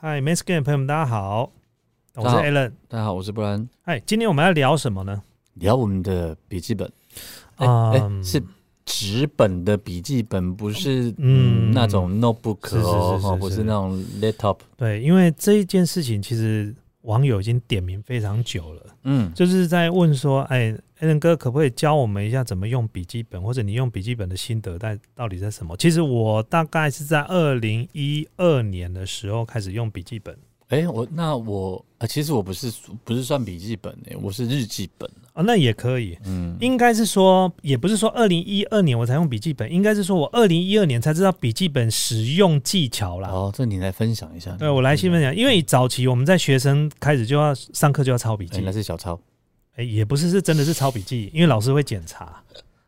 嗨 m a s Game 朋友们，大家好，我是大家好 Alan。大家好，我是布兰。嗨，今天我们要聊什么呢？聊我们的笔记本，哎、哎啊，是纸本的笔记本，不是嗯嗯那种 notebook 是是是哦，是哦是不是那种 laptop。对，因为这一件事情，其实网友已经点名非常久了，嗯，就是在问说，哎，Alan 哥可不可以教我们一下怎么用笔记本，或者你用笔记本的心得在到底在什么？其实我大概是在二零一二年的时候开始用笔记本哎、我那我啊，其实我不是不是算笔记本哎、我是日记本。啊，那也可以。嗯，应该是说，也不是说二零一二年我才用笔记本，应该是说我二零一二年才知道笔记本使用技巧啦。好，这你来分享一下。对我来新分享，因为早期我们在学生开始就要上课就要抄笔哎、记，那是小抄。哎、也不是是真的是抄笔记，因为老师会检查。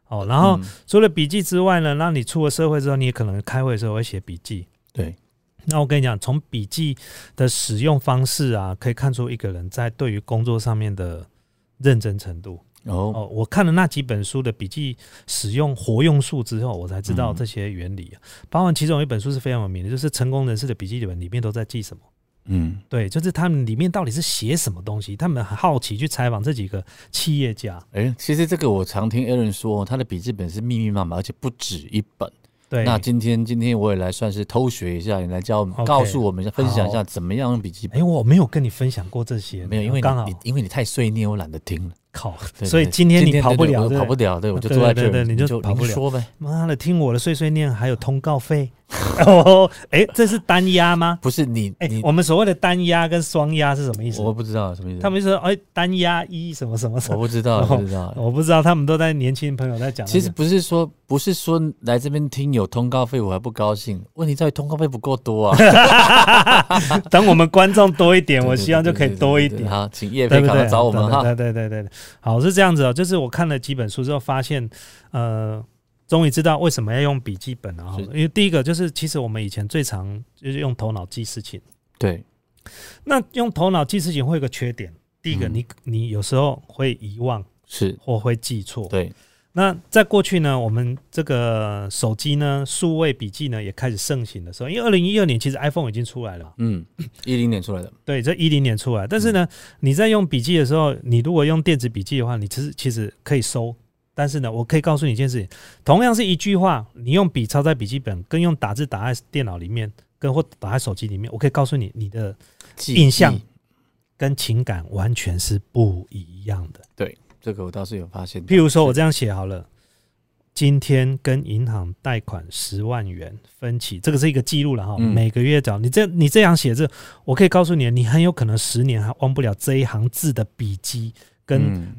哦，然嗯后除了笔记之外呢，那你出了社会之后，你可能开会的时候会写笔记。对，那我跟你讲，从笔记的使用方式啊，可以看出一个人在对于工作上面的认真程度。然后、哦，我看了那几本书的笔记使用活用术之后，我才知嗯道这些原理、啊。包含其中有一本书是非常有名的，就是成功人士的笔记本里面都在记什么。嗯，对，就是他们里面到底是写什么东西？他们很好奇去采访这几个企业家。哎、其实这个我常听 Aaron 说，他的笔记本是密密麻麻，而且不止一本。对，那今天今天我也来算是偷学一下，你来教我们 OK，告诉我们一下，分享一下怎么样用笔记本。哎、我没有跟你分享过这些，没有，因为刚好你你因为你太碎念，我懒得听了。考，对啊所以对今天你跑不对对了，我对跑不不对。了，对，我就对坐在对这对里，你就跑不您了说呗，妈的，听我的碎碎念，还有通告 费。哦，哎、这是单压吗？不是你哎、你我们所谓的单压跟双压是什么意思？我不知道什么意思，他们就说，哎、单压一什么什么什我么，不知道， 哦不知道。我不知道，他们都在年轻朋友在讲那个。其实不是说不是说来这边听有通告费我还不高兴，问题在于通告费不够多 啊。等我们观众多一点， 对我对希望就对可以对对多一对点对。好，请叶对不飞赶对？快找我们哈对。对对对对，好是这样子哦，就是我看了几本书之后，发现呃，终于知道为什么要用笔记本了、哈是。因为第一个就是，其实我们以前最常就是用头脑记事情。对，那用头脑记事情会有个缺点，第一个嗯你、你有时候会遗忘是，或会记错。对，那在过去呢，我们这个手机呢，数位笔记呢也开始盛行的时候，因为二零一二年其实 iPhone 已经出来了嘛。嗯，一零年出来的，对，这一零年出来，但是呢，你在用笔记的时候，你如果用电子笔记的话，你其实其实可以收。但是呢，我可以告诉你一件事情，同样是一句话，你用笔抄在笔记本，跟用打字打在电脑里面，跟或打在手机里面，我可以告诉你，你的记印象忆跟情感完全是不一样的。这个我倒是有发现到。譬如说，我是这样写好了，今天跟银行贷款十万元分期，这个是一个记录了哈，嗯每个月缴。你这你这样写字，我可以告诉你，你很有可能十年还忘不了这一行字的笔记。跟嗯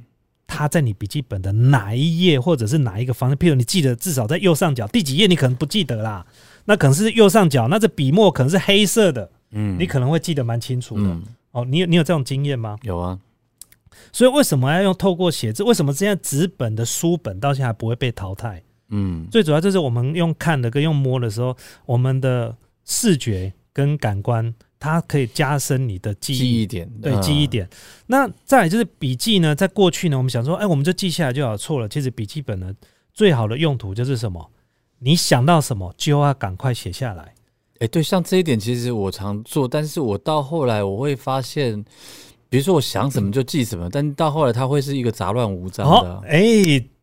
它在你笔记本的哪一页，或者是哪一个方向，譬如你记得至少在右上角第几页，你可能不记得啦。那可能是右上角，那这笔墨可能是黑色的，嗯你可能会记得蛮清楚的。嗯哦，你有你有这种经验吗？有啊，所以为什么要用透过写字？为什么现在纸本的书本到现在还不会被淘汰？嗯，最主要就是我们用看的跟用摸的时候，我们的视觉跟感官，它可以加深你的记忆，记忆点，对嗯记忆，点。那再来就是笔记呢，在过去呢，我们想说，哎，我们就记下来就好。错了，其实笔记本呢，最好的用途就是什么？你想到什么就要赶快写下来。哎、对，像这一点其实我常做，但是我到后来我会发现，比如说我想什么就记什么，但到后来它会是一个杂乱无章的啊、哦，哎，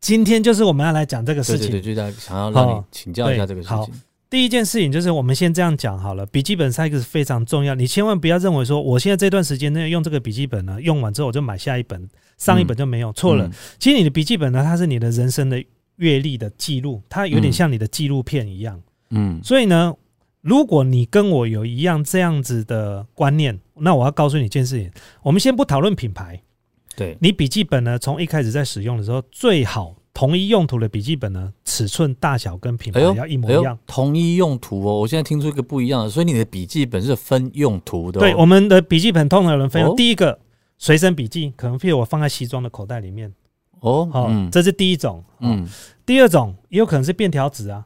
今天就是我们要来讲这个事对情对。对，就是大家想要让你哦请教一下这个事好情。第一件事情就是，我们先这样讲好了。笔记本是一个非常重要，你千万不要认为说，我现在这段时间内用这个笔记本呢，用完之后我就买下一本，上一本就没有，错了。嗯其实你的笔记本呢，它是你的人生的阅历的记录，它有点像你的纪录片一样。嗯，所以呢，如果你跟我有一样这样子的观念，那我要告诉你一件事情，我们先不讨论品牌，对，你笔记本呢，从一开始在使用的时候，最好同一用途的笔记本呢，尺寸大小跟品牌哎呦要一模哎一呦样。，同一用途哦，我现在听出一个不一样的，所以你的笔记本是分用途的、哦。对，我们的笔记本通常有人分用。哦第一个，随身笔记，可能譬如我放在西装的口袋里面，哦，哦，嗯这是第一种。嗯，嗯第二种也有可能是便条纸啊，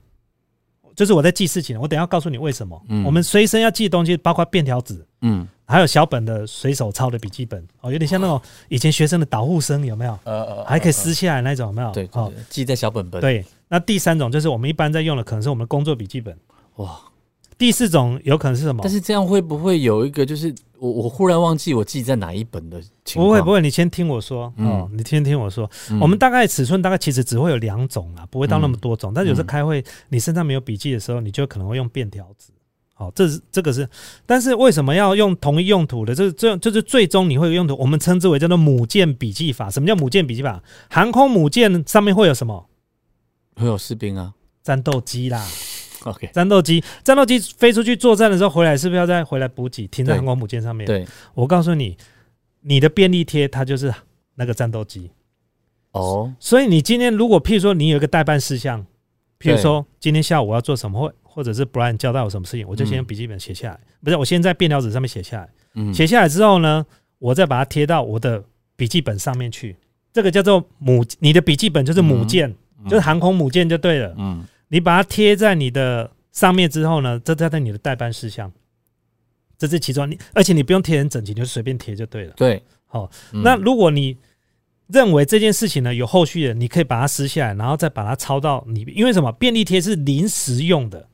就是我在记事情，我等一下告诉你为什么。嗯我们随身要记的东西包括便条纸，嗯，还有小本的随手抄的笔记本，哦，有点像那种以前学生的导护生，有没有？呃呃还可以撕下来那种，有没有？对对哦，对记在小本本。，对。那第三种就是我们一般在用的，可能是我们工作笔记本。哇，第四种有可能是什么但？是这样会不会有一个就是我我忽然忘记我记在哪一本的情不况？会不会，你先听我说，嗯哦，你先听我说，嗯我们大概尺寸大概其实只会有两种啦，不会到那么多种。但有时候嗯开会，你身上没有笔记的时候，你就可能会用便条纸。好、这是这个是，但是为什么要用同一用途的？这这就是最终你会有用途，我们称之为叫做母舰笔记法。什么叫母舰笔记法？航空母舰上面会有什么？会有士兵啊。战斗机 啦， OK，战斗机，战斗机飞出去作战的时候回来，是不是要再回来补给？停在对航空母舰上面。对，我告诉你，你的便利贴它就是那个战斗机。哦，所以你今天如果譬如说你有一个代办事项，譬如说今天下午我要做什么，或或者是 Brian 交代我什么事情，我就先用笔记本写下来，不是，我先在便条纸上面写下来，嗯，写下来之后呢，我再把它贴到我的笔记本上面去。这个叫做母，你的笔记本就是母舰，嗯就是航空母舰就对了。嗯，你把它贴在你的上面之后呢，这再在你的代办事项，这是其中你，而且你不用贴很整齐，你就随便贴就对了。对，好嗯，那如果你认为这件事情呢有后续的，你可以把它撕下来，然后再把它抄到你，因为什么？便利贴是临时用的，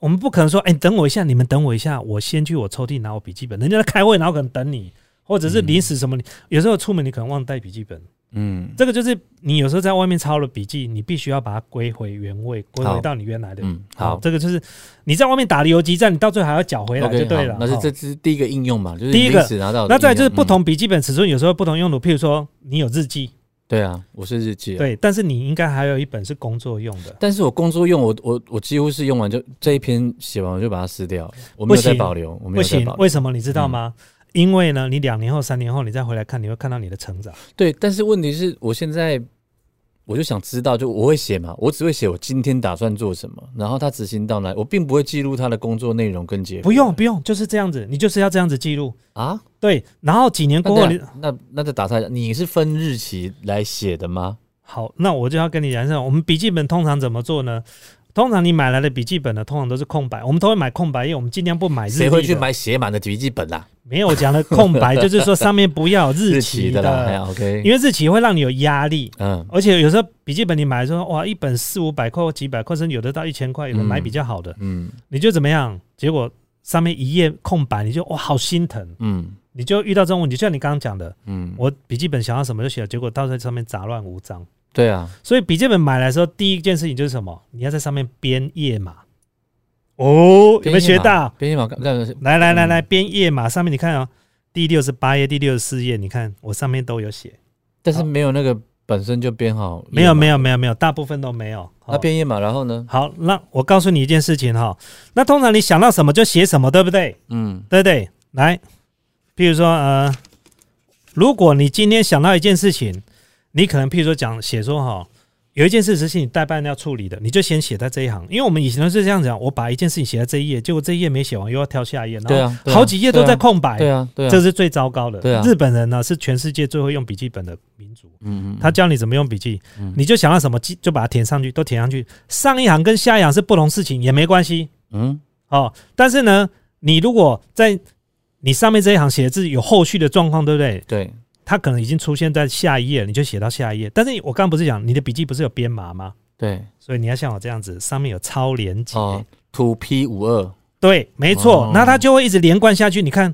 我们不可能说，哎、等我一下，你们等我一下，我先去我抽屉拿我笔记本，人家在开会，然后可能等你。或者是临时什么，你有时候出门你可能忘带笔记本，嗯这个就是你有时候在外面抄了笔记，你必须要把它归回原位，归回好到你原来的。嗯，好。这个就是你在外面打了游击战，你到最后还要缴回来 OK，就对了好。那是哦这是第一个应用嘛，就是第一个临时拿到的应用。那再来就是不嗯，同笔记本尺寸，有时候不同用途，譬如说你有日记，对啊，我是日记啊。对，但是你应该还有一本是工作用的，但是我工作用，我我我几乎是用完就这一篇写完我就把它撕掉了，我没有再不行保留，我没不有再行保，留。为什么你知道吗？嗯因为呢，你两年后、三年后你再回来看，你会看到你的成长。对，但是问题是我现在我就想知道，就我会写嘛，我只会写我今天打算做什么，然后他执行到哪里，我并不会记录他的工作内容跟结果。不用不用，就是这样子，你就是要这样子记录。啊，对，然后几年那过后等你一下那那再打岔一下，你是分日期来写的吗？好，那我就要跟你讲一下，我们笔记本通常怎么做呢？通常你买来的笔记本呢，通常都是空白，我们都会买空白页，我们尽量不买日历的。谁会去买写满的笔记本啦、没有我讲的空 白，就是说上面不要有日期期的啦，哎呀，OK，因为日期会让你有压力。嗯，而且有时候笔记本你买的时候，哇，一本四五百块或几百块，甚至有的到一千块，有的买比较好的，嗯你就怎么样？结果上面一页空白，你就哇好心疼，嗯你就遇到这种问题。就像你刚刚讲的，嗯，我笔记本想要什么就写，结果到在上面杂乱无章。对啊，所以笔记本买来的时候，第一件事情就是什么？你要在上面编页码。哦，有没有学到？编译码嗯干干来来来来，编页码上面你看哦，第六十八页、第六十四页，你看我上面都有写。但是没有那个本身就编好，没有没有，有没有没有，大部分都没有。哦那编页码，然后呢？好，那我告诉你一件事情哈、那通常你想到什么就写什么，对不对？嗯对不对？来，譬如说呃，如果你今天想到一件事情，你可能譬如说讲写说哈、有一件事情是你代办要处理的，你就先写在这一行，因为我们以前都是这样讲，我把一件事情写在这一页，结果这一页没写完，又要跳下一页，对然啊，后对啊好几页都在对啊空白，对啊，对啊，这是最糟糕的。对啊日本人呢是全世界最会用笔记本的民族。嗯嗯，他教你怎么用笔记，嗯你就想到什么记就把它填上去，都填上去。上一行跟下一行是不同事情也没关系嗯哦。但是呢，你如果在你上面这一行写的字有后续的状况，对不对？对，它可能已经出现在下一页，你就写到下一页。但是我刚刚不是讲你的笔记不是有编码吗？对所以你要像我这样子，上面有超连接，哦，土 P 五二，对，没错哦，那它就会一直连贯下去。你看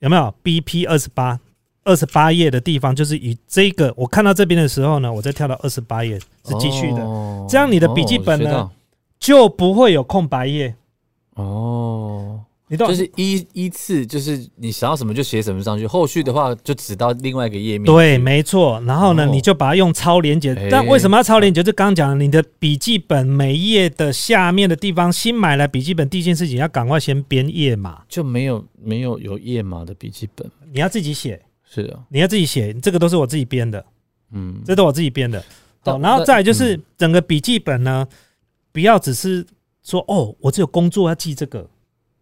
有没有 BP 二十八？二十八页的地方就是以这个，我看到这边的时候呢，我再跳到二十八页是继续的。哦这样你的笔记本呢哦我学到就不会有空白页。哦，你懂？就是依依次，就是你想要什么就写什么上去，后续的话就只到另外一个页面。对，没错。然后呢，哦你就把它用超连接。哎但为什么要超连接？就刚刚讲的，你的笔记本每一页的下面的地方，新买来笔记本第一件事情要赶快先编页码，就没有没有有页码的笔记本。你要自己写，是啊，你要自己写，这个都是我自己编的，嗯，这都我自己编的。好，但然后再来就是嗯整个笔记本呢，不要只是说哦，我只有工作要记这个。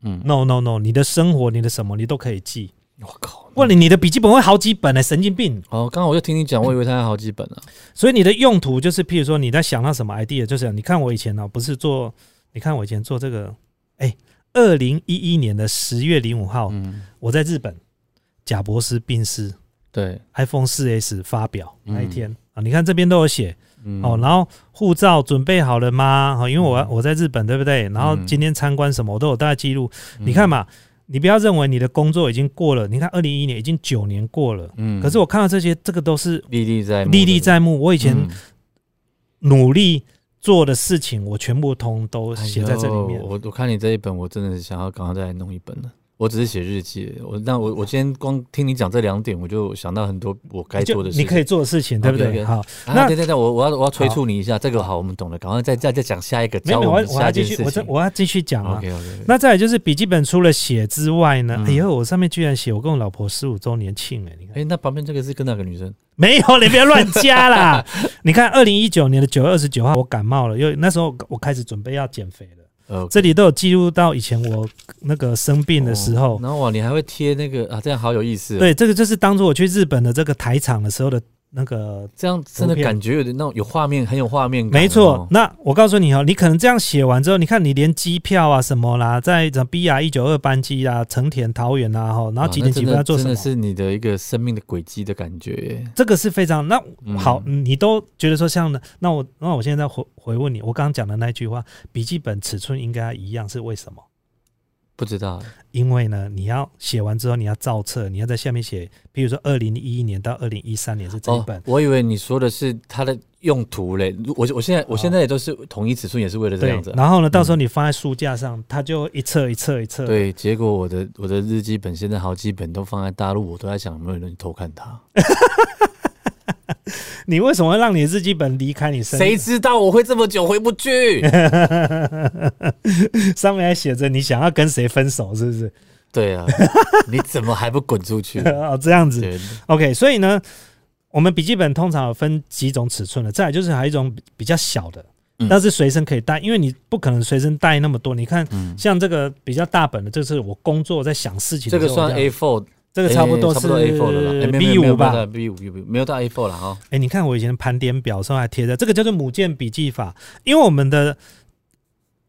嗯， No No No，你的生活、你的什么你都可以记。我靠，不然你的笔记本会好几本呢、欸神经病。哦，刚刚我就听你讲，我以为它有好几本啊。所以你的用途就是，譬如说你在想到什么 idea，就是你看我以前呢、哦不是做，你看我以前做这个，哎，二零一一年的十月零五号，嗯，我在日本，贾博士病逝对， ，iPhone 四 S 发表嗯哦那一天、啊，你看这边都有写，嗯哦，然后护照准备好了吗？哦，因为我要我在日本，对不对？然后嗯今天参观什么，我都有大概记录。你看嘛，你不要认为你的工作已经过了，你看二零一一年已经九年过了，嗯可是我看到这些，这个都是历历在目嗯历历在目。我以以前努力做的事情，我全部通都写在这里面。哎我我看你这一本，我真的是想要赶快再来弄一本了。我只是写日记，我那我我今天光听你讲这两点，我就想到很多我该哎就做的事情。你可以做的事情，对不对？ OK，OK 好，啊，那对对对，我我要我要催促你一下，这个好，我们懂了，赶快再再再讲下一个，没有，教没有我我们我要下一继件续，事我情这。我要继续讲啊。 OK OK，那再来就是笔记本除了写之外呢，嗯哎呦，我上面居然写我跟我老婆十五周年庆哎、你看哎，那旁边这个是跟哪个女生？没有，你不要乱加 啦。你看，二零一九年的九月二十九号，我感冒了，因为那时候我开始准备要减肥了，呃，这里都有记录到以前我那个生病的时候哦。然后哇，你还会贴那个啊，这样好有意思。，对，这个就是当初我去日本的这个台场的时候的那个这样真的感觉有点那种有画面，很有画面感。没错哦，，那我告诉你哦，你可能这样写完之后，你看你连机票啊什么啦，在什么 BR 一九二班机啦、成田、桃园啊，哈，然后几点哇那几真的分要做什真么的，是你的一个生命的轨迹的感觉耶。这个是非常那嗯好，你都觉得说像呢，那我那我现在回回问你，我刚刚讲的那句话，笔记本尺寸应该一样是为什么？不知道，因为呢，你要写完之后，你要照册，你要在下面写，比如说二零一一年到二零一三年是这一哦本，，我以为你说的是它的用途嘞。如我我现哦在我现在也都是统一尺寸，也是为了这对样子。。啊然后呢，到时候你放在书架上，它就一册一册一册。对，结果我的我的日记本现在好几本都放在大陆，我都在想有没有人偷看它。你为什么会让你的日记本离开你身？谁知道我会这么久回不去？ 上面还写着你想要跟谁分手，是不是？对啊，你怎么还不滚 出去？哦，这样子。对， OK，所以呢，我们笔记本通常有分几种尺寸的，再来就是还有一种比比较小的嗯，但是随身可以带，因为你不可能随身带那么多。你看，嗯像这个比较大本的，这是我工作在想事情这的时个候这样，算 A4，这个差不多差是不多 A4 了啦，哎没有 B 没有五吧？ ，B 五 B 五没有到 A4 了哈。哎，你看我以前盘点表上还贴着，这个叫做母舰笔记法，因为我们的。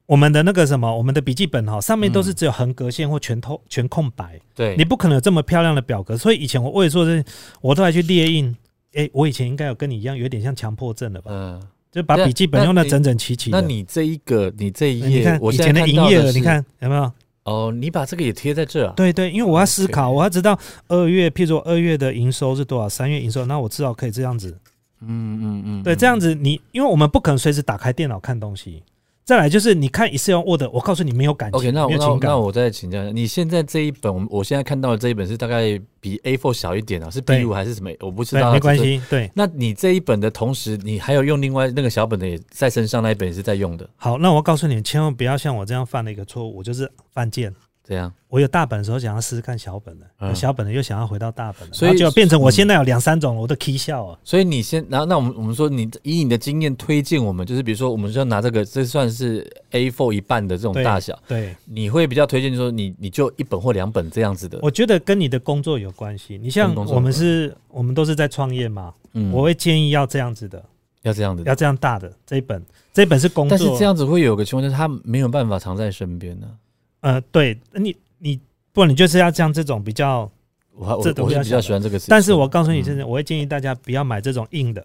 我们的那个什么，我们的笔记本哈、上面都是只有横格线或全透全空白，嗯对，你不可能有这么漂亮的表格，所以以前我为了做这，我都还去列印。诶，我以前应该有跟你一样，有点像强迫症了吧？嗯，就把笔记本用的整整齐齐的。那你这一个你这一哎你页看，我以现前在看营到业的额，是你看有没有？哦，你把这个也贴在这啊？对对，因为我要思 OK 考，我要知道二月，譬如说二月的营收是多少，三月营收，那我至少可以这样子。嗯嗯嗯，对，这样子你，因为我们不可能随时打开电脑看东西。再来就是你看一次用 Word，我告诉你没有感情 OK，没那我有那我情那感。我再请教一下，你现在这一本，我们我现在看到的这一本是大概比 A4 小一点啊，是 B 对五还是什么？我不知对道，，没关这个。系。对，那你这一本的同时，你还有用另外那个小本的也在身上，那一本也是在用的，好，那我告诉你，千万不要像我这样犯了一个错误，我就是犯贱。这样。我有大本的时候想要试试看小本的，嗯有小本的又想要回到大本的，所以嗯然后就变成我现在有两三种，我都 k 笑啊。所以你先，然后那我们我们说你以你的经验推荐我们，就是比如说我们就要拿这个，这算是 A4 一半的这种对大小，对，你会比较推荐说你你就一本或两本这样子的。我觉得跟你的工作有关系。你像跟工作有我们是，我们都是在创业嘛，嗯我会建议要这样子的，要这样子的，要这样大的这一本，这一本是工作。但是这样子会有个情况，就是他没有办法藏在身边呢、呃，对你你，不然你就是要像这种比较，我还我这种我是比较比较小喜欢这个词，但是我告诉你，嗯真的，我会建议大家不要买这种硬的，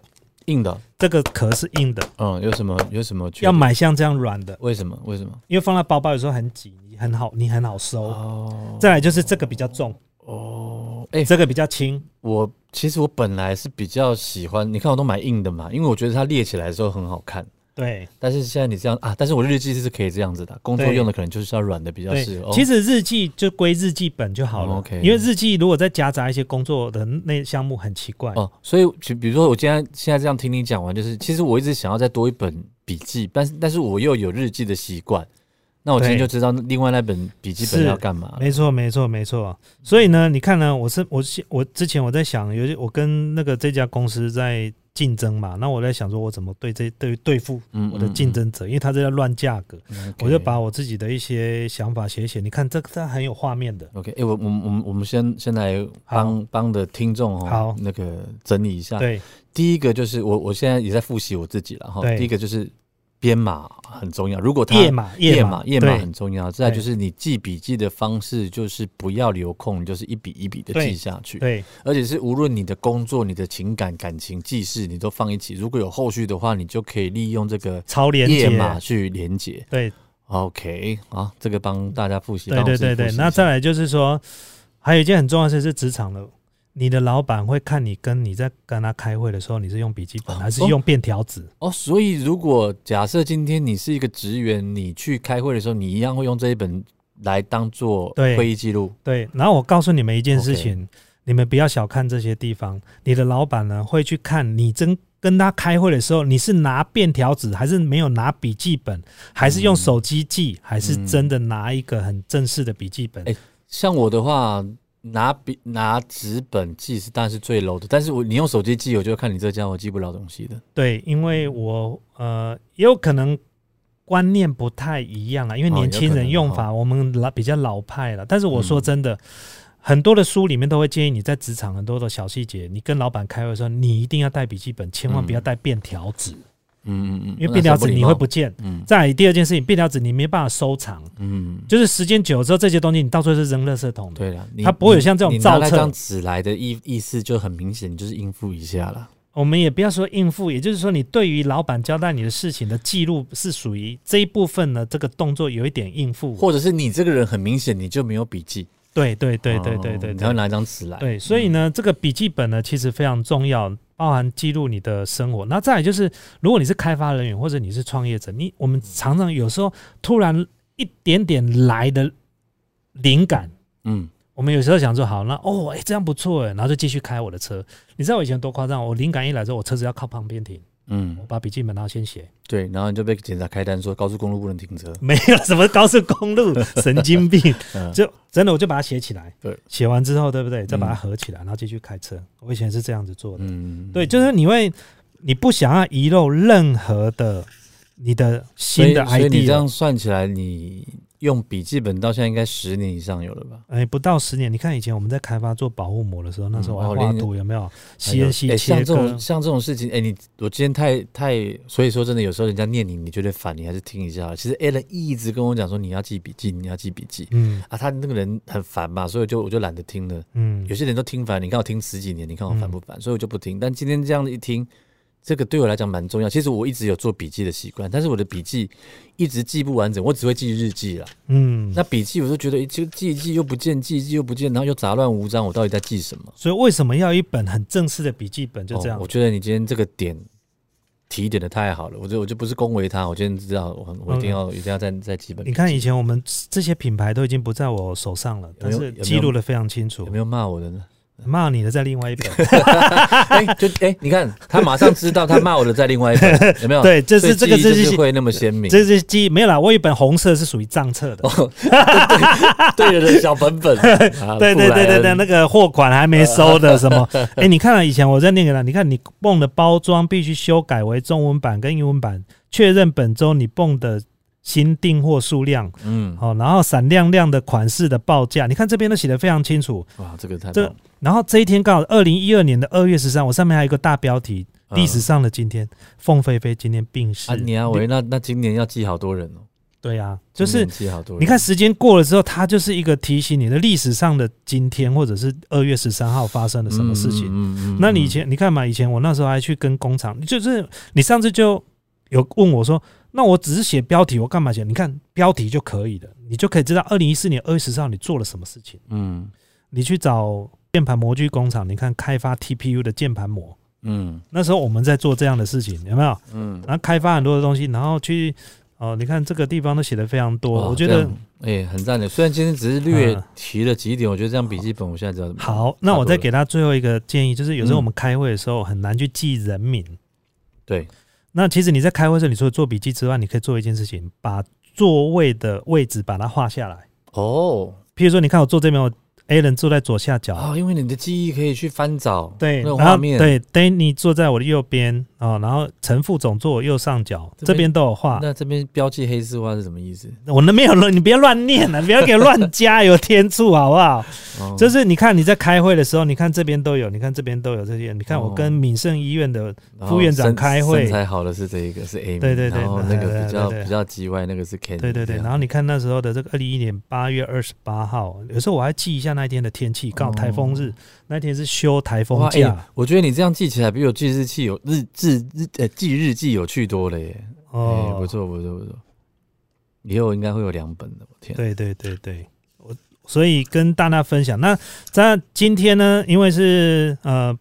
硬的，这个壳是硬的，嗯，有什么有什么缺点要？买像这样软的，为什么？为什么？因为放在包包有时候很挤，你很好，你很好收。哦再来就是这个比较重，哦，哎、这个比较轻。我其实我本来是比较喜欢，你看我都买硬的嘛，因为我觉得它列起来的时候很好看。对但是现在你这样啊，但是我日记是可以这样子的，工作对用的可能就是要软的比较对适合。，其实实日记就归日记本就好了。哦，OK 因为日记如果再夹杂一些工作的那项目，很奇怪。哦，所以就比如说我今天现在这样听你讲完，就是其实我一直想要再多一本笔记，但是但是我又有日记的习惯，那我今天对就知道另外那本笔记本是要干嘛了。没错，没错，没错。所以呢，你看呢，我是我是我之前我在想，有些我跟那个这家公司在竞争嘛，那我在想说，我怎么对这对对付嗯我的竞，争者，因为他这叫乱价格，嗯嗯 OK 我就把我自己的一些想法写一写。你看这个，它很有画面的。 OK，哎、我我们我们我们先先来帮帮的听众哦，好那个整理一下。，对第一个就是我我现在也在复习我自己了哈。对第一个就是编码很重要。如果它页码页码页对码很重要，再来对就是你记笔记的方式，就是不要留空，你就是一笔一笔的对记下去，对而且是无论你的工作、你的情感、感情、记事，你都放一起。如果有后续的话，你就可以利用这个超连页接，码去连接。对 OK，好，这个帮大家复习。对帮我对自己对对。复习那一下再来就是说，还有一件很重要的事是职场的，你的老板会看你跟你在跟他开会的时候，你是用笔记本哦还是用便条纸？哦，所以如果假设今天你是一个职员，你去开会的时候，你一样会用这一本来当做对会议记录。对。然后我告诉你们一件事 OK 情，你们不要小看这些地方，你的老板呢会去看你真。跟他开会的时候，你是拿便条纸，还是没有拿笔记本，还是用嗯手机记，还是嗯真的拿一个很正式的笔记本？哎像我的话，拿笔拿纸本记是当然是最 low 的，但是我你用手机记，我就会看你这家伙记不了东西的。对，因为我呃也有可能观念不太一样啊，因为哦嗯年轻人用有可法、我们老比较老派了。但是我说真的，很多的书里面都会建议你在职场很多的小细节，你跟老板开会的时候，你一定要带笔记本，千万不要带便条纸，嗯嗯嗯，因为便条纸那是你礼貌会不见。嗯再来第二件事情，便条纸你没办法收藏，嗯，就是时间久了之后，这些东西你到最后是扔垃圾桶的。对了，你它不会有像这种你你拿那造册张纸来的意意思就很明显，你就是应付一下了。我们也不要说应付，也就是说，你对于老板交代你的事情的记录是属于这一部分呢，这个动作有一点应付。或者是你这个人很明显你就没有笔记，对对对对对哦对你要对拿一张纸来，对，所以呢，这个笔记本呢其实非常重要，包含记录你的生活。那再来就是，如果你是开发人员或者你是创业者，你我们常常有时候突然一点点来的灵感，嗯，我们有时候想说好，那哦，哎，这样不错哎，然后就继续开我的车。你知道我以前多夸张？我灵感一来之后，我车子要靠旁边停，我嗯，把笔记本拿先写，对，然后你就被警察开单说高速公路不能停车。 没有什么高速公 路，神经病。嗯就真的我就把它写起来，对，写完之后，对不对？再把它合起来，然后继续开车。我以前是这样子做的，嗯，对，就是你会，你不想要遗漏任何的你的所以新的所以你这 idea。样算起来，你用笔记本到现在应该十年以上有了吧？哎，不到十年，你看以前我们在开发做保护膜的时候，那时候我还哦画连图，有没有哎 CNC 像切这割种？像这种事情，哎、你我今天太太，所以说真的，有时候人家念你，你觉得烦，你还是听一下好了。其实 Alan 一直跟我讲说你要记笔记，你要记笔记嗯啊，他那个人很烦嘛，所以就我就懒得听了。嗯有，些人都听烦，你看我听十几年，你看我烦不烦？所以我就不听。但今天这样子一听，这个对我来讲蛮重要。其实我一直有做笔记的习惯，但是我的笔记一直记不完整，我只会记日记啦。嗯，那笔记我就觉得，诶这个记一记又不见，记一记又不见，然后又杂乱无章，我到底在记什么？所以为什么要一本很正式的笔记本？就这哦样我，觉得你今天这个点提点的太好了，我就我就不是恭维他，我今天知道，我我一定要、一定要在在基本。嗯你看以前我们这些品牌都已经不在我手上了，但有没是有记录的非常清楚有。没有骂我的呢？骂你的在另外一 本，哎、就哎、你看他马上知道他骂我的在另外一本，有没 有？对这是所以记这忆个这就是是会那么鲜明。这是记忆没有啦，我有一本红色是属于账册的，哦对人的小本 本，啊对对布莱对对恩对，那个货款还没收的什 么？哎，你看了以前我在念给他，你看你泵的包装必须修改为中文版跟英文版，确认本周你泵的新订货数量，嗯，好、然后闪亮亮的款式的报价，你看这边都写的非常清楚。哇，这个太这棒了然后这一天刚好二零一二年的二月十三，我上面还有一个大标题：嗯历史上的今天，凤飞飞今天病逝。啊！你啊，喂，那那今年要记好多人哦，对啊，就今是年记好多人。你看，时间过了之后，它就是一个提醒你的历史上的今天，或者是二月十三号发生了什么事情。嗯那你以前你看嘛，以前我那时候还去跟工厂，就是你上次就有问我说，那我只是写标题，我干嘛写？你看标题就可以了，你就可以知道二零一四年二月十四号你做了什么事情。嗯你去找键盘模具工厂，你看开发 TPU 的键盘模，嗯那时候我们在做这样的事情，有没有？嗯，然后开发很多的东西，然后去哦、你看这个地方都写的非常多，哇我觉这得样哎、很赞的。虽然今天只是略嗯提了几点，我觉得这样笔记本我现在知道怎么用。好，那我差再不多给了他最后一个建议，就是有时候嗯我们开会的时候很难去记人名。对，那其实你在开会的时候，你除了做笔记之外，你可以做一件事情，把座位的位置把它画下来。哦譬如说，你看我坐这边，我 A 人坐在左下角，啊，因为你的记忆可以去翻找对，啊那个然画后面，对 Danny 坐在我的右边，哦，然后陈副总座右上角这边这边都有画。那这边标记黑字化是什么意思？我那没有了，你别乱念啊 了，不要给我乱加油添醋，好不好？哦就是你看你在开会的时候，你看这边都有，你看这边都有这些。你看哦我跟敏盛医院的，然后副院长身开会身材好的是这一个是 Amy，对对对然后那对对个比较对对比较叽歪，那个是 Ken，对对对。这样然后你看那时候的这个二零一年八月二十八号，有时候我还记一下那一天的天气，刚好台风日，那天是休台风哦哇，假哎，我觉得你这样记起来比我记日记有日志日呃记日记有趣多了耶，哎，不哦。错不错不错，以后应该会有两本的，我天，对对对对，我所以跟大家分享。那在今天呢，因为是呃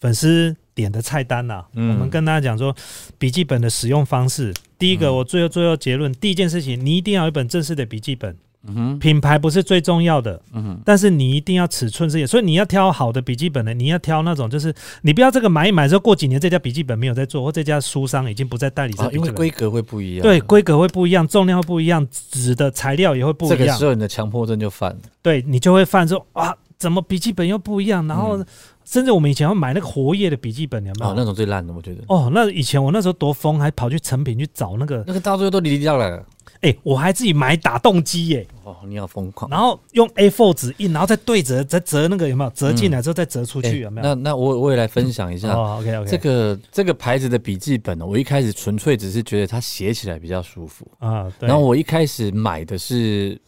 粉丝点的菜单呐、嗯我们跟大家讲说笔记本的使用方式。第一个，嗯我最后最后结论，第一件事情，你一定要有一本正式的笔记本，嗯哼，品牌不是最重要的，嗯哼，但是你一定要尺寸是也，所以你要挑好的笔记本呢，你要挑那种就是你不要这个买一买之后，过几年这家笔记本没有在做，或这家书商已经不再代理这啊笔记因为本规格啊会不一样，对，规格会不一样，重量会不一样，纸的材料也会不这一个样时，候你的强迫症就犯了，对你就会犯说啊，怎么笔记本又不一样？然后、嗯甚至我们以前要买那个活页的笔记本，有没有？哦，那种最烂的，我觉得哦，那以前我那时候多疯，还跑去成品去找那个，那个到最后都离掉了，哎、我还自己买打洞机耶、哦，你好疯狂。然后用 A4 纸印，然后再对折，再折那个有没有？折进来之后再折出去，哎有没有？那那我我也来分享一下，哦，OK OK，这个这个牌子的笔记本呢，我一开始纯粹只是觉得它写起来比较舒服。啊，对，然后我一开始买的是，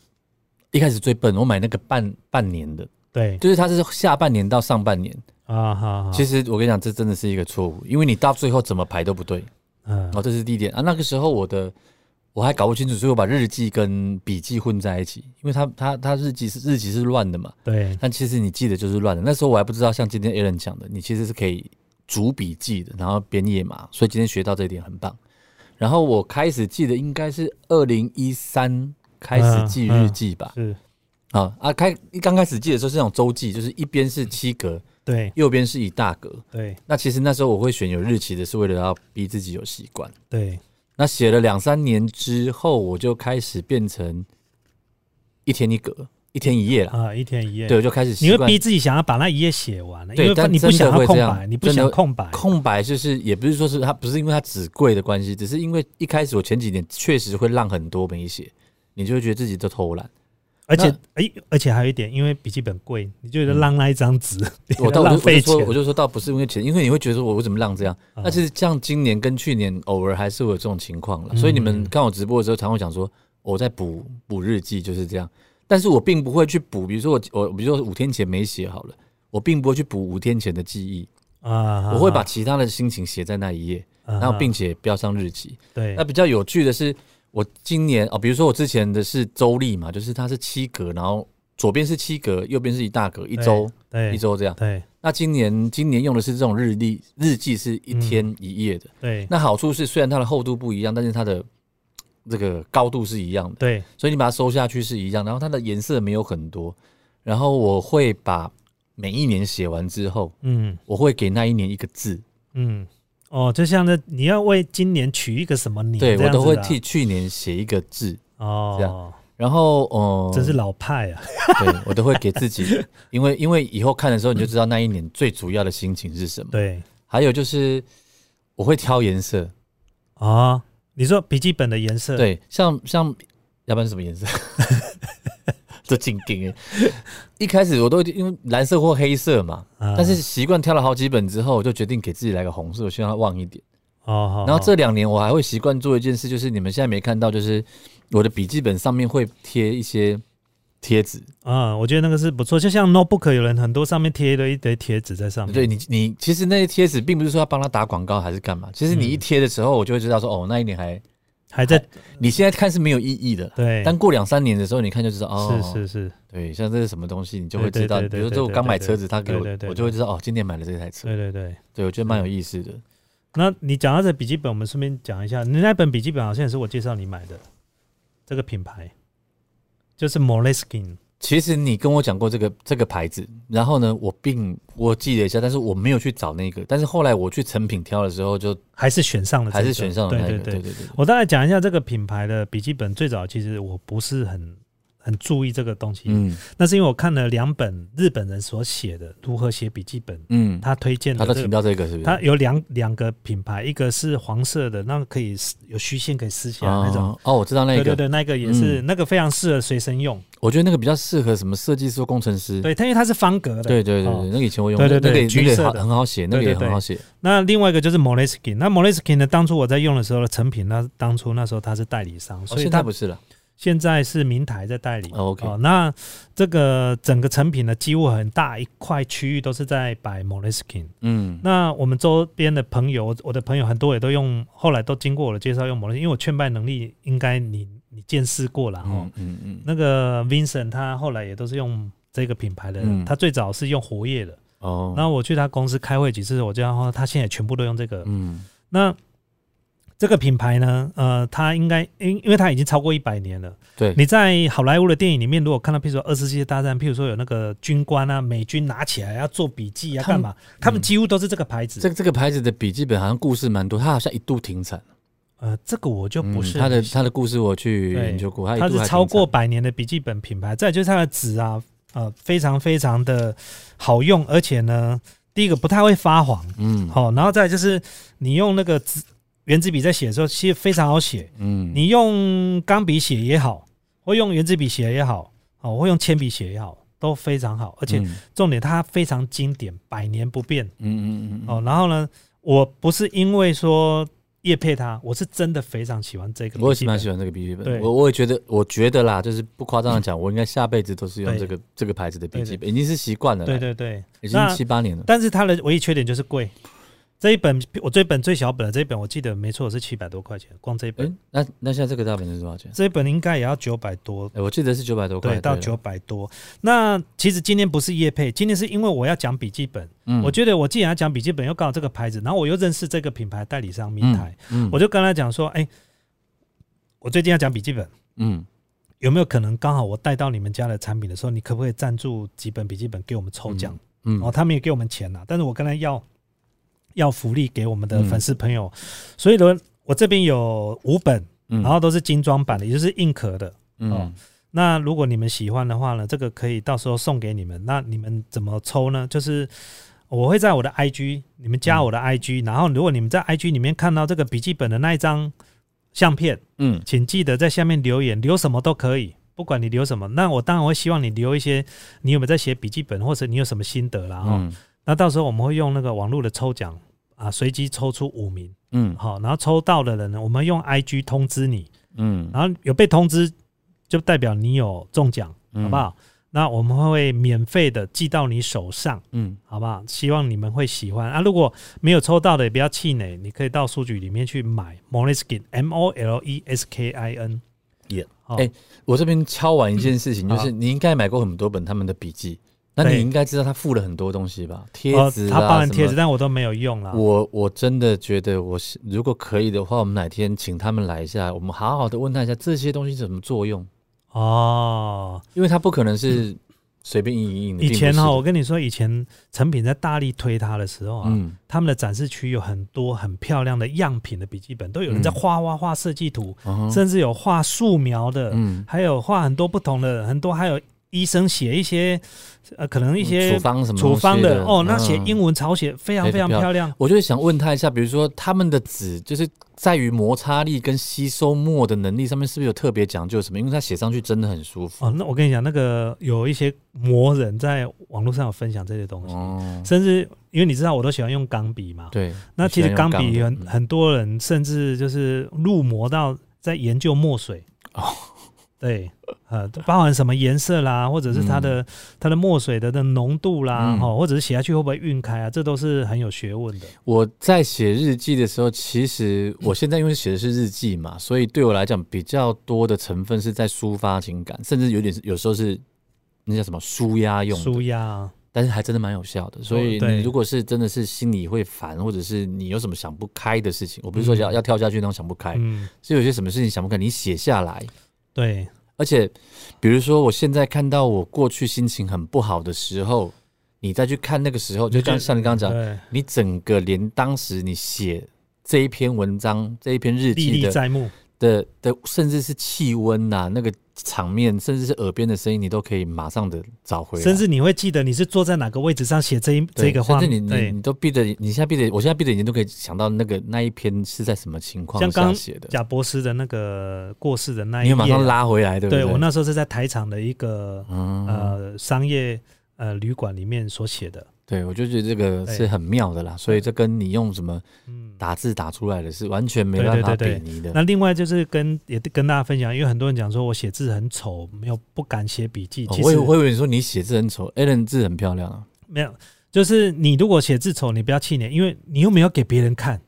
一开始最笨，我买那个半半年的，对就是它是下半年到上半年。啊，好好，其实我跟你讲，这真的是一个错误，因为你到最后怎么排都不对。嗯哦，这是第一点啊。那个时候我的我还搞不清楚，所以我把日记跟笔记混在一起，因为它它它日记是日记是乱的嘛，对但其实你记得就是乱的。那时候我还不知道，像今天 Alan 讲的，你其实是可以逐笔记的，然后编页码。所以今天学到这一点很棒。然后我开始记得应该是二零一三开始记日记吧，是，啊啊开一刚开始记的时候是那种周记，就是一边是七格，对右边是一大格。对那其实那时候我会选有日期的，是为了要逼自己有习惯。对，那写了两三年之后，我就开始变成一天一格，一天一页了。啊，一天一夜，对，我就开始习你惯会逼自己想要把那一页写完，啊因对为但你不真的想要会空这样白，你不真的想空白，空白就是也不是说是它不是因为它纸贵的关系，只是因为一开始我前几年确实会浪很多没写，你就会觉得自己都偷懒。而且哎，而且还有一点，因为笔记本贵，你就觉得浪那一张纸，你嗯觉我得倒我浪就我就费说钱我，就说倒不是因为钱，因为你会觉得说我我怎么浪这样？嗯那其实像今年跟去年偶尔还是会有这种情况了，嗯所以你们看我直播的时候，常会讲说我在补补日记就是这样，但是我并不会去补，比如说我我比如说五天前没写好了，我并不会去补五天前的记忆，啊，我会把其他的心情写在那一页，啊，然后并且标上日期。对那比较有趣的是，我今年哦，比如说我之前的是周历嘛，就是它是七格，然后左边是七格，右边是一大格，一周对一周这样。对那今年今年用的是这种日历，日记是一天嗯一页的。对那好处是，虽然它的厚度不一样，但是它的这个高度是一样的，对所以你把它收下去是一样。然后它的颜色没有很多，然后我会把每一年写完之后，嗯我会给那一年一个字，嗯。哦，就像那你要为今年取一个什么年，对这我样都会子的啊替去年写一个字。这哦，然后，哦、真是老派啊，对我都会给 自己，因为因为以后看的时候你就知道那一年最主要的心情是什么。对还有就是我会挑颜色，啊，你说笔记本的颜 色，对，像像要不然是什么颜色？ 这静定哎，一开始我都因为蓝色或黑色嘛，啊，但是习惯挑了好几本之后，我就决定给自己来个红色，我希望它旺一点。哦，然后这两年我还会习惯做一件事，就是你们现在没看到，就是我的笔记本上面会贴一些贴纸，啊、嗯，我觉得那个是不错，就像 notebook 有人很多上面贴了一堆贴纸在上面，对你，你其实那些贴纸并不是说要帮他打广告还是干嘛，其实你嗯一贴的时候，我就会知道说，哦，那一年还还在你现在看是没有意义的，对，但过两三年的时候，你看就知道，哦，是是是，对，像这是什么东西，你就会知道。对对比对如说我刚买车子，他给我对对，对我就会知道，哦，今年买了这台车，对对对。对我觉得蛮有意思的。那你讲到这笔记本，我们顺便讲一下，你那本笔记本好像也是我介绍你买的，这个品牌就是 Moleskine 其实你跟我讲过这个这个牌子，然后呢，我并我记了一下，但是我没有去找那个，但是后来我去成品挑的时候，就还是选上了啊这还个、是选上了那对个，对对对对。我大概讲一下这个品牌的笔记本，最早其实我不是很很注意这个东西。嗯那是因为我看了两本日本人所写的如何写笔记本，嗯，他推荐他的、都这提个。到这个是不是？它有两两个品牌，一个是黄色的，那个可以撕有虚线可以撕起来啊那种，哦哦，我知道那对对个，嗯对，那个也是、那个非常适合随身用，我觉得那个比较适合什么设计师或工程师。对，它因为它是方格的，对对对对，哦那个以前我用，对那对个对那橘个色也的很很好写，那个对也对很好写。哦那另外一个就是 Moleskine，那 Moleskine 呢，当初我在用的时候的成品，那当初那时候它是代理商，哦所以现它在不是了，现在是明台在代理。哦，OK 那这个整个成品呢，几乎很大一块区域都是在摆 Moleskine。嗯，那我们周边的朋友，我的朋友很多也都用，后来都经过我的介绍用 Moleskine，因为我劝败能力应该你你见识过了哦。嗯嗯嗯，那个 Vincent 他后来也都是用这个品牌的，嗯他最早是用活页的。哦，然后我去他公司开会几次，我就然后他现在全部都用这个。嗯那这个品牌呢，呃，它应该因因为它已经超过一百年了。对，你在好莱坞的电影里面，如果看到譬如说二次世界大战，譬如说有那个军官啊，美军拿起来要做笔记要他们嗯干嘛？他们几乎都是这个牌子。这这个牌子的笔记本好像故事蛮多，它好像一度停产，呃，这个我就不是嗯它的很它的故事我去对研究过，它一它度还是停超过产百年的笔记本品牌。再来就是它的纸啊，呃，非常非常的好用，而且呢，第一个不太会发黄，嗯好、然后再来就是你用那个纸圆珠笔在写的时候，其实非常好写。嗯，你用钢笔写也好，或用圆珠笔写也好，哦，或用铅笔写也好，都非常好。而且嗯重点，它非常经典，百年不变嗯嗯嗯哦。然后呢，我不是因为说叶配它，我是真的非常喜欢这个。我也是蛮喜。欢这个笔记对本，我我也觉得，我觉得啦，就是不夸张的讲，我应该下辈子都是用对这个这个牌子的笔记本，已经是习惯了啦，对对对，已那经七八年了，但是它的唯一缺点就是贵。这一本我这一本最小本的这一本，我记得没错是七百多块钱，光这一本，哎，那那现在这个大本是多少钱？这一本应该也要九百多，哎我记得是九百多块，对，到了九，百多。那其实今天不是叶配，今天是因为我要讲笔记本，嗯我觉得我既然要讲笔记本，又刚好这个牌子，然后我又认识这个品牌代理商明台，嗯我就跟他讲说，哎、我最近要讲笔记本，嗯，有没有可能刚好我带到你们家的产品的时候，你可不可以赞助几本笔记本给我们抽奖？嗯哦，他们也给我们钱呐、但是我跟他要要福利给我们嗯的粉丝朋友，所以呢，我这边有五本，嗯然后都是精装版的，也就是硬壳的。哦嗯那如果你们喜欢的话呢，这个可以到时候送给你们。那你们怎么抽呢？就是我会在我的 IG，你们加我的 IG，、然后如果你们在 IG 里面看到这个笔记本的那一张相片，嗯请记得在下面留言，留什么都可以，不管你留什么。那我当然会希望你留一些，你有没有在写笔记本，或者你有什么心得啦。哦，嗯那到时候我们会用那个网络的抽奖啊，随机抽出五名，嗯好，然后抽到的人呢，我们用 IG 通知你。嗯，然后有被通知，就代表你有中奖，嗯好不？好？那我们会免费的寄到你手上，嗯好不好？希望你们会喜欢啊！如果没有抽到的，也不要气馁，你可以到书局里面去买 Moleskine M O L E S K I N。 Yeah 好哎我这边敲完一件事情，哦嗯就是你应该买过很多本他们的笔记，那对你应该知道他附了很多东西吧？贴哦纸他啊帮什人贴纸，么。但我都没有用啦。我我真的觉得我是，如果可以的话，我们哪天请他们来一下，我们好好的问他一下这些东西怎么作用，哦，因为他不可能是随便印一印的。嗯以前哈哈，，我跟你说，以前成品在大力推它的时候啊，嗯他们的展示区有很多很漂亮的样品的笔记本，都有人在嗯画画画设计图，嗯甚至有画素描的，嗯，还有画很多不同的，很多还有医生写一些呃，可能一些嗯处方什么处方东西的哦，那写嗯英文草写非常非非常常漂漂亮。我就是想问他一下，比如说他们的纸就是在于摩擦力跟吸收墨的能力上面，是不是有特别讲究什么？因为它写上去真的很舒服。哦，那我跟你讲，那个有一些魔人在网络上有分享这些东西，哦，甚至因为你知道我都喜欢用钢笔嘛，对，那其实钢笔很很很多人甚至就是入魔到在研究墨水哦， 对，呃，包含什么颜色啦，或者是它的、它的墨水的的浓度啦，嗯哦，或者是写下去会不会晕开啊，这都是很有学问的。我在写日记的时候，其实我现在因为写的是日记嘛，所以对我来讲比较多的成分是在抒发情感，甚至有点是有时候是那叫什么舒压用的舒压啊，但是还真的蛮有效的。所以对你如果是真的是心里会烦，或者是你有什么想不开的事情，我不是说嗯要、要跳下去那种想不开，嗯，是有些什么事情想不开，你写下来。对，而且，比如说我现在看到我过去心情很不好的时候，你再去看那个时候，就像像你刚刚讲，对，你整个连当时你写这一篇文章、这一篇日历记历的在目，的的，甚至是气温呐、那个场面，甚至是耳边的声音，你都可以马上的找回来。甚至你会记得你是坐在哪个位置上写这一对这个画甚至面，你你你都闭着，你现在闭着，我现在闭着眼睛都可以想到那个那一篇是在什么情况像刚下刚写的，贾博士的那个过世的那一你页啊会马上拉回来，对不对对我那时候是在台场的一个、嗯呃商业呃旅馆里面所写的，对，我就觉得这个是对很妙的啦，所以这跟你用什么嗯。打字打出来的是完全没对办对法比对对拟的。那另外就是跟也跟大家分享，因为很多人讲说我写字很丑，没有不敢写笔记。哦其我以实我以为你说你写字很丑，Allen 字很漂亮啊。没有，就是你如果写字丑，你不要气馁，因为你又没有给别人看。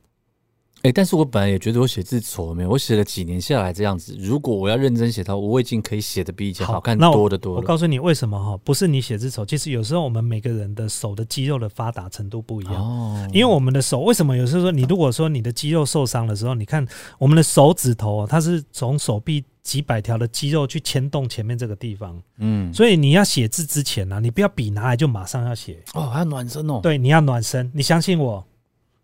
哎、但是我本来也觉得我写字丑，没有，我写了几年下来这样子，如果我要认真写它，我已经可以写的比以前好好看那多得多我了。告诉你为什么哈，不是你写字丑，其实有时候我们每个人的手的肌肉的发达程度不一样。哦，啊因为我们的手为什么有时候说你如果说你的肌肉受伤的时候，你看我们的手指头哦，它是从手臂几百条的肌肉去牵动前面这个地方，嗯，所以你要写字之前呢、你不要笔拿来就马上要写，哦，还有暖身哦，对，你要暖身，你相信我，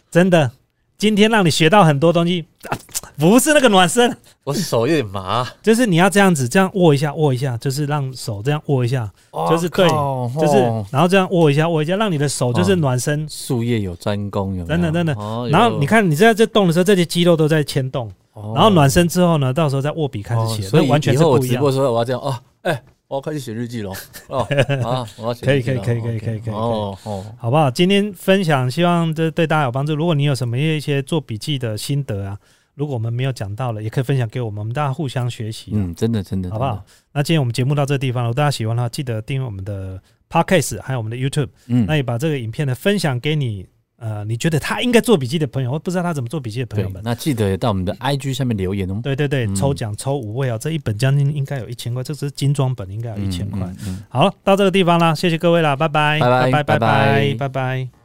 真的，今天让你学到很多东西， 啊、不是那个暖身，我手有点麻，就是你要这样子，这样握一下，握一下，就是让手这样握一下，就是对哦靠就是哦然后这样握一下，握一下，让你的手就是哦暖身，术业有专攻，有没真有的真的哦然后有你看你在这动的时候，这些肌肉都在牵动。哦然后暖身之后呢，到时候再握笔开始写，哦所那以完全以是后我不一直样播。的时候我要这样哦，哎，我要开始写日记喽，哦啊，我要写可以日记咯可以可以可以 OK 可以可以哦哦，好不好？今天分享，希望这对大家有帮助。如果你有什么一些做笔记的心得啊，如果我们没有讲到了，也可以分享给我们，我们大家互相学习，啊嗯，真的真的，好不好？那今天我们节目到这地方了，如果大家喜欢的话，记得订阅我们的 Podcast，还有我们的 YouTube。真的？那嗯，也把这个影片呢分享给你，呃，你觉得他应该做笔记的朋友，或不知道他怎么做笔记的朋对友，们。那记得到我们的 IG 下面留言哦，对对对，嗯抽奖抽五位哦，这一本将近应该有一千块，这只是精装本应该有啊嗯一千块。，嗯嗯好了，到这个地方啦，谢谢各位啦，拜拜，拜拜拜拜，拜拜拜拜。